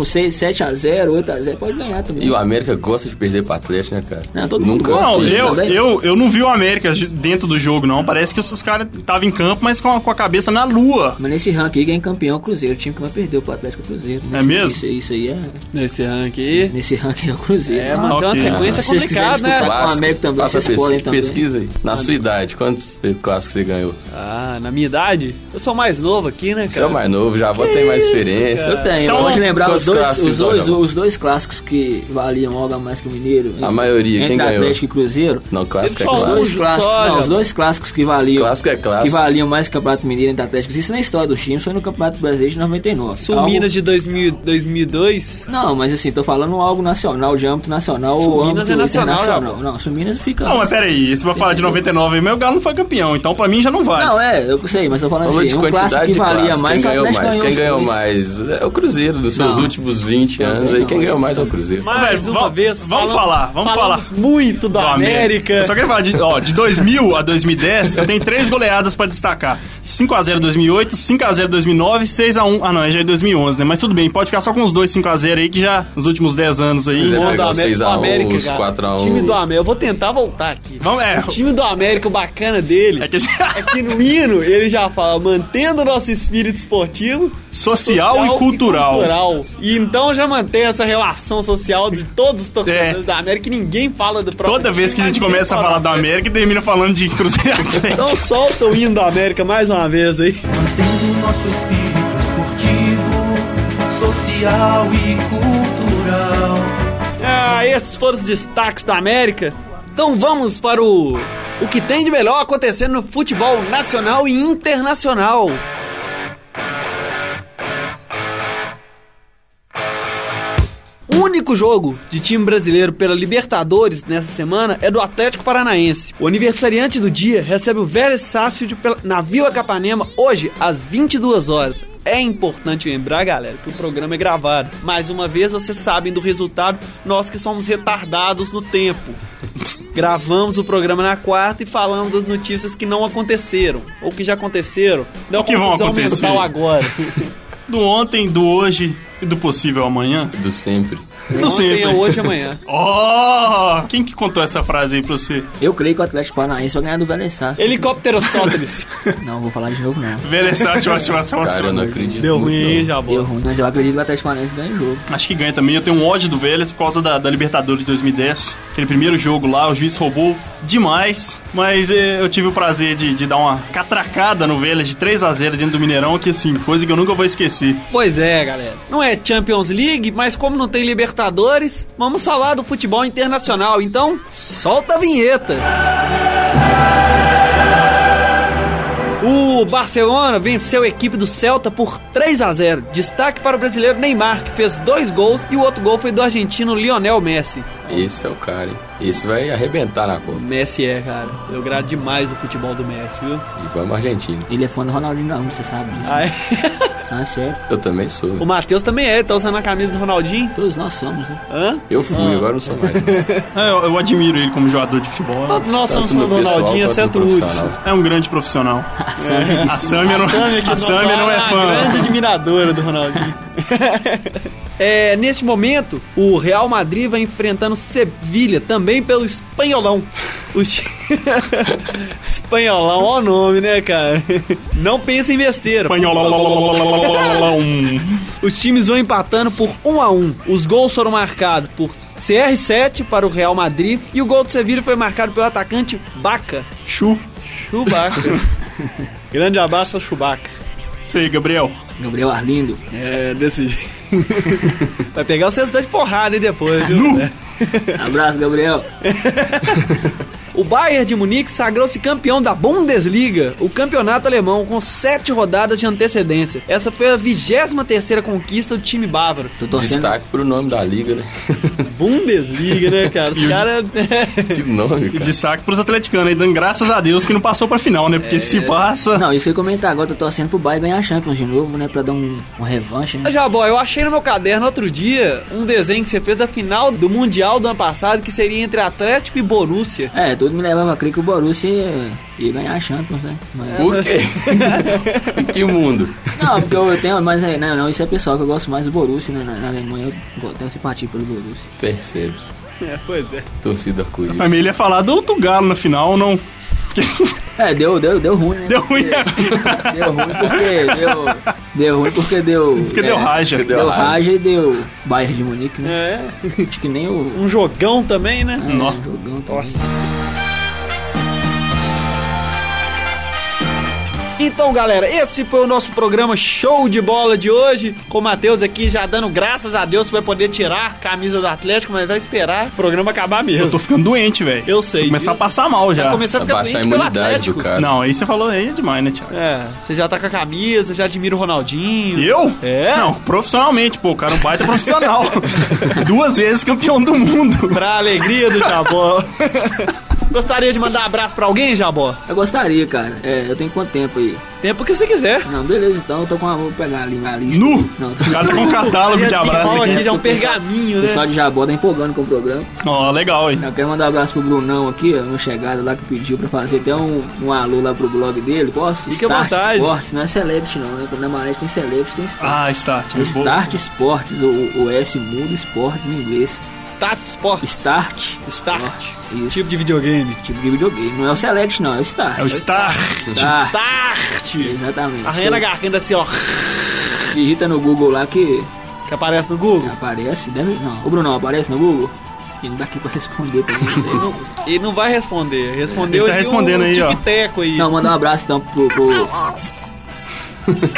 S3: 6x1, 6, 7x0, 8x0, pode ganhar também.
S4: E o América gosta de perder pro Atlético, né, cara?
S3: Não, todo mundo
S4: Nunca
S3: gosta.
S2: Não,
S4: fez.
S3: Sim,
S2: eu,
S3: também.
S2: eu, eu não vi o América dentro do jogo, não. Parece que os caras estavam em campo, mas com a, com a cabeça na lua.
S3: Mas nesse ranking aí, quem é campeão é o Cruzeiro. O time que vai perder pro Atlético é o Cruzeiro. Nesse-
S2: mesmo?
S3: Isso, isso aí é.
S1: Nesse ranking aí.
S3: Nesse ranking é o Cruzeiro.
S1: É, mano, tem uma
S2: ok.
S1: sequência
S3: Se vocês
S1: complicada,
S3: quiserem
S1: né?
S3: disputar- com o América também,
S4: faça
S3: vocês podem também.
S4: Pesquisa aí. Na sua idade, quantos clássicos você ganhou?
S1: Ah, na minha idade, eu sou mais novo aqui, né,
S4: Você é
S1: cara?
S4: mais novo, já vou ter mais experiência.
S3: Eu tenho,
S2: Então,
S3: eu gosto de lembrar os
S4: quantos
S3: dois,
S4: clássicos
S3: os, dois,
S4: jogaram?
S3: os dois clássicos que valiam algo a mais que o Mineiro.
S4: A maioria,
S3: entre
S4: quem ganhou?
S3: Atlético e Cruzeiro.
S4: Não, clássico é
S1: Ele só
S3: Os dois
S1: Só,
S4: clássico.
S3: clássicos,
S1: já,
S3: não, os
S1: mano.
S3: dois clássicos que valiam.
S4: Clássico é
S3: Que
S4: clássico.
S3: valiam mais que o Campeonato Mineiro entre Atlético. Isso na história dos times foi no Campeonato Brasileiro de 99.
S1: Sou
S3: Algo-
S1: Minas de 2000, 2002.
S3: Não, mas assim, tô falando algo nacional, de âmbito nacional ou
S1: Suminas
S3: âmbito
S1: é nacional,
S3: internacional. Não, Suminas fica...
S2: Não, mas peraí, você vai falar de 99 aí, meu Galo não foi campeão, então pra mim já não vale.
S3: Não, é, eu sei, mas tô falando
S4: Falou
S3: assim,
S4: de
S3: um clássico
S4: quantidade
S3: que
S4: de
S3: valia
S4: clássico.
S3: mais,
S4: Quem
S3: o
S4: ganhou
S3: Atlético
S4: mais? Quem
S3: os
S4: ganhou
S3: dois.
S4: mais? É o Cruzeiro, dos seus
S3: Não.
S4: últimos 20 anos
S3: sei,
S4: aí, quem
S3: não,
S4: ganhou
S3: isso
S4: mais é o Cruzeiro.
S1: Mais
S2: Velho,
S1: uma
S2: vamos-
S1: vez.
S2: vamos
S1: falam-
S2: falar, vamos
S1: falamos muito do
S2: Do
S1: América.
S2: Eu só queria falar de, ó, de 2000 a 2010, eu tenho três goleadas pra destacar. 5x0 em 2008, 5x0 em 2009, 6x1. Ah, não, é já em 2011, né? Mas tudo bem, pode ficar só com os dois 5x0 aí, que já nos últimos 10 anos aí.
S4: quiser
S1: Bom
S4: pegar
S1: do
S4: os
S1: América,
S4: 6
S1: do
S4: a 1,
S1: América,
S4: os
S1: cara.
S4: 4 a 1.
S1: Time do América, eu vou tentar voltar aqui.
S2: Vamos, é.
S1: O time do América, o bacana dele,
S2: É que a gente-
S1: é que no hino ele já fala, mantendo o nosso espírito esportivo,
S2: Social, e cultural.
S1: E, então já mantém essa relação social de todos os torcedores
S2: É.
S1: da América. e Ninguém fala do próprio.
S2: Toda vez que a gente
S1: mas
S2: começa a
S1: ninguém
S2: falar né?
S1: fala
S2: do América, termina falando de Cruzeiro e Atlético.
S1: Então solta o hino da América mais uma vez aí.
S8: mantendo nosso espírito esportivo, social e cultural.
S1: Ah, esses foram os destaques da América. Então vamos para o o que tem de melhor acontecendo no futebol nacional e internacional. O único jogo de time brasileiro pela Libertadores nessa semana é do Atlético Paranaense. O aniversariante do dia recebe o Vélez Sarsfield pela- na Vila Capanema hoje às 22 horas. É importante lembrar, galera, que o programa é gravado. Mais uma vez, vocês sabem do resultado, nós que somos retardados no tempo. Gravamos o programa na quarta e falamos das notícias que não aconteceram, ou que já aconteceram. Dá uma
S2: que vão
S1: confusão
S2: acontecer?
S1: mental agora.
S2: Do ontem, do hoje e do possível amanhã.
S4: Do sempre.
S2: Do
S1: Ontem
S2: sempre.
S1: é hoje e amanhã.
S2: Oh! Quem que contou essa frase aí pra você?
S3: Eu creio que o Atlético Paranaense vai ganhar do Vélez Sarsfield.
S1: Helicópteros Tóteles.
S3: Não, vou falar de novo não.
S2: Velessate, eu acho eu acho- eu acho-
S4: Cara, eu não acredito.
S1: Deu
S4: muito,
S1: ruim,
S4: não.
S1: hein, Jabó?
S3: Deu ruim, mas eu acredito que o Atlético Paranaense ganha o jogo.
S2: Acho que ganha também. Eu tenho um ódio do Vélez por causa da, da Libertadores de 2010. Aquele primeiro jogo lá, o juiz roubou demais. Mas eh, eu tive o prazer de, de dar uma catracada no Vélez de 3 a 0 dentro do Mineirão, que assim, coisa que eu nunca vou esquecer.
S1: Pois é, galera. Não é Champions League, mas como não tem Libertadores, vamos falar do futebol internacional. Então, solta a vinheta. O Barcelona venceu a equipe do Celta por 3 a 0. Destaque para o brasileiro Neymar, que fez dois gols e o outro gol foi do argentino Lionel Messi.
S4: Esse é o cara, hein? Esse vai arrebentar na Copa.
S1: Messi é, cara. Eu grado demais o futebol do Messi, viu?
S4: E vamos à Argentina.
S3: Ele é fã do Ronaldinho Gaúcho, você sabe disso. né?
S1: Aí,
S2: é.
S3: Ah, sério.
S4: Eu também sou.
S1: o Matheus também é, tá usando a camisa do Ronaldinho?
S3: Todos nós somos, né?
S1: Hã?
S4: Eu fui, agora não sou mais. não.
S2: É, eu, eu admiro ele como jogador de futebol.
S1: Todos nós
S4: Tanto
S1: somos
S4: no
S1: fãs do
S4: pessoal
S1: Ronaldinho,
S4: quanto no
S1: exceto o Hudson.
S4: profissional.
S2: É um grande profissional. É, a Samia não,
S1: Sammy aqui
S2: a
S1: do
S2: Samia
S1: nosso
S2: não é
S1: lado,
S2: fã.
S1: grande admiradora do Ronaldinho. É, neste momento, o Real Madrid vai enfrentando Sevilha, também pelo espanholão. O chi- espanholão, ó o nome, né, cara? Não pensa em besteira.
S2: Espanholão.
S1: Os times vão empatando por 1 a 1. Os gols foram marcados por CR7 para o Real Madrid e o gol do Sevilha foi marcado pelo atacante Baca.
S2: Chu.
S1: Chubaca. Grande abraço, Chubaca.
S2: Isso aí, Gabriel.
S3: Gabriel Arlindo.
S1: É, desse jeito. Vai pegar o sexto de porrada aí depois, viu? É.
S3: Abraço, Gabriel.
S1: O Bayern de Munique sagrou-se campeão da Bundesliga, o campeonato alemão, com sete rodadas de antecedência. Essa foi a 23 terceira conquista do time bávaro.
S3: Tô torcendo.
S4: Destaque pro nome da liga, né?
S1: Bundesliga, né, cara? Os caras...
S4: que nome,
S2: E
S4: cara.
S2: destaque pros atleticanos aí, dando graças a Deus que não passou pra final, né? Porque se passa.
S3: Não, isso que eu ia comentar agora, tô torcendo pro Bayern ganhar a Champions de novo, né? Pra dar um, um revanche, né?
S1: Jabó, eu achei no meu caderno outro dia um desenho que você fez da final do Mundial do ano passado, que seria entre Atlético e Borussia.
S3: É, tudo me levava a crer que o Borussia ia, ia ganhar a Champions, né? Mas-
S4: O quê? Em que mundo?
S3: Não, porque eu tenho, mas é, não, não, isso é pessoal que eu gosto mais do Borussia, né? Na, na Alemanha eu go- tenho simpatia pelo Borussia.
S4: Percebe-se.
S1: É, pois é.
S4: Torcida arco-íris.
S2: Mas ele ia falar do outro galo na final, não.
S3: É, deu, deu, deu ruim, né?
S2: Deu ruim.
S3: Deu ruim porque deu. Deu ruim porque deu.
S2: Porque
S3: é,
S2: deu raja.
S4: Deu
S3: Deu
S4: raja.
S3: Raja e deu Bayern de Munique, né? Acho que nem o.
S1: É, Um jogão também, né?
S2: É. Nó.
S3: É, jogão também.
S1: Então, galera, esse foi o nosso programa show de bola de hoje. Com o Matheus aqui já dando graças a Deus que vai poder tirar a camisa do Atlético, mas vai esperar o programa acabar
S2: Eu tô
S1: mesmo.
S2: ficando doente, velho.
S1: Eu sei
S2: Começar a
S1: disso.
S2: passar mal já.
S1: Tá começando a ficar
S4: Abaixar a
S1: doente pelo
S4: imunidade do
S1: Atlético.
S4: cara.
S2: Não, aí você falou aí é demais, né, Thiago?
S1: É, você já tá com a camisa, já admira o Ronaldinho.
S2: Eu?
S1: É.
S2: Não, profissionalmente, pô, o cara é um baita profissional. Duas vezes campeão do mundo.
S1: Pra alegria do Jabó. Gostaria de mandar abraço pra alguém, Jabó?
S3: Eu gostaria, cara. É, eu tenho quanto tempo aí?
S1: Tempo que você quiser.
S3: Não, beleza, então eu tô com a. Vou pegar ali minha lista.
S2: Nu!
S3: Não,
S2: O cara tá com um catálogo de
S1: Já
S2: abraço
S1: desenrola
S2: aqui.
S1: já é um pergaminho,
S3: O
S1: né?
S3: pessoal de Jabó tá empolgando com o programa.
S2: Ó, legal, hein?
S3: Eu quero mandar um abraço pro Brunão aqui, ó, meu chegado lá que pediu pra fazer até um, um alô lá pro blog dele. Posso?
S1: Fique à vontade.
S3: Esportes, não é Celebrity não, né? Quando é Marés tem Celebrity, tem Start.
S2: Ah, start.
S3: É Start Esportes, o, o S muda Esportes em inglês.
S1: Stat Sports.
S3: Start,
S1: Start.
S3: Isso.
S1: Tipo de videogame.
S3: tipo de videogame. Não é o Select não, é o Start.
S2: É o start.
S3: Start.
S1: Tipo Start.
S3: Exatamente.
S1: Arranha na garganta assim, ó.
S3: Digita no Google lá que
S1: Que aparece no Google.
S3: aparece. Deve... Não, o Brunão aparece no Google? Ele não tá aqui pra né? responder também.
S1: Ele não vai responder. Respondeu
S2: Ele tá
S1: ali
S2: respondendo
S1: um
S2: aí, ó.
S1: tic-teco aí.
S3: Não, manda um abraço então pro. pro-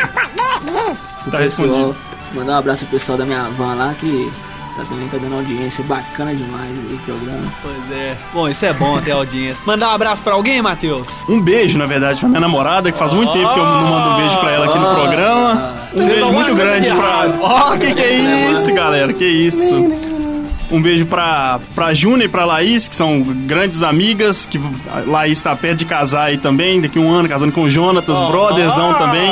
S3: pro
S2: Tá
S3: pessoal.
S2: respondido.
S3: Mandar um abraço pro pessoal da minha van lá que tá também tá dando audiência bacana demais o programa.
S1: Pois é. Bom, isso é bom ter audiência. Mandar um abraço pra alguém, Matheus?
S2: Um beijo, na verdade, pra minha namorada, que faz muito tempo que eu não mando um beijo pra ela aqui no programa. Um beijo muito grande pra. Ó, que que é isso, galera? Que isso? Um beijo pra, pra Juna e pra Laís, que são grandes amigas, que a Laís tá perto de casar aí também, daqui um ano, casando com o Jonatas, brotherzão também.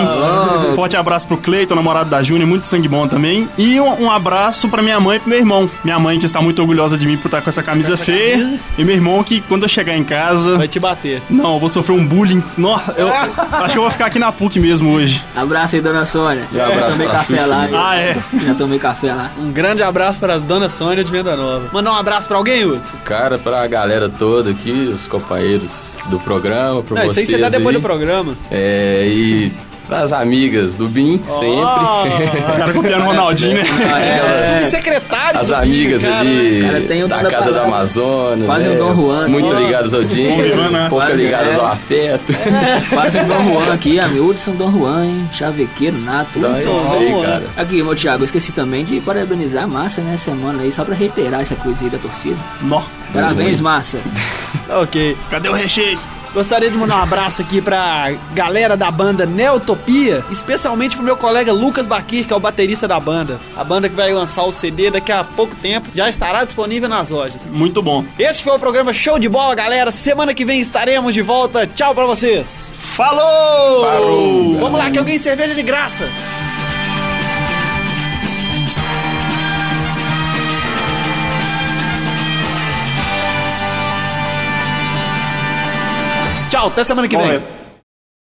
S2: Forte abraço pro Cleiton, namorado da Juna, muito sangue bom também. E um, um abraço pra minha mãe e pro meu irmão. Minha mãe, que está muito orgulhosa de mim por estar com essa camisa feia. E meu irmão, que quando eu chegar em casa,
S1: Vai te bater.
S2: não, eu vou sofrer um bullying. Nossa, eu acho que eu vou ficar aqui na PUC mesmo hoje.
S3: Abraço aí, dona Sônia.
S4: E um abraço
S3: Já tomei
S4: pra
S3: café
S4: Xuxa,
S3: lá.
S4: né?
S3: já-
S2: Ah, é.
S3: Já tomei café lá.
S1: Um grande abraço pra Dona Sônia de Venda Nova. Mandar um abraço pra alguém, Hudson?
S4: Cara, pra galera toda aqui, os companheiros do programa, pra
S1: Não, isso aí
S4: vocês
S1: você dá depois do
S4: aí.
S1: programa.
S4: É, e pras amigas do BIM, sempre.
S2: O cara copiando o Ronaldinho, né?
S3: Ah, é,
S1: É,
S3: ela-
S1: subsecretário
S4: As
S1: do
S4: amigas
S1: Rio, cara.
S4: ali
S3: Cara, tem um
S4: da
S3: toda
S4: Casa da
S3: parada.
S4: Amazonas.
S3: Quase um
S4: né?
S3: Dom Juan, né?
S4: Muito ligadas ao
S2: Dom Juan, né?
S4: dinheiro, pouco
S3: Quase,
S4: ligadas
S3: é.
S4: ao afeto.
S3: Quase um Dom Juan aqui, a Hudson Dom Juan, hein? Chavequeiro nato.
S4: Então é
S3: Hudson
S4: isso
S1: Dom
S4: aí,
S1: Juan.
S4: cara.
S3: Aqui, meu Thiago, eu esqueci também de parabenizar a Massa, né, semana aí, só pra reiterar essa coisa aí da torcida.
S2: Nó.
S3: Parabéns, Massa.
S1: Ok.
S2: Cadê o recheio?
S1: Gostaria de mandar um abraço aqui pra galera da banda Neotopia, especialmente pro meu colega Lucas Baquir, que é o baterista da banda. A banda que vai lançar o CD daqui a pouco tempo, já estará disponível nas lojas.
S2: Muito bom.
S1: Este foi o programa Show de Bola, galera. Semana que vem estaremos de volta. Tchau pra vocês.
S2: Falou!
S4: Falou!
S1: Vamos lá, que alguém cerveja de graça. Tchau, até semana que vem.
S2: Correto.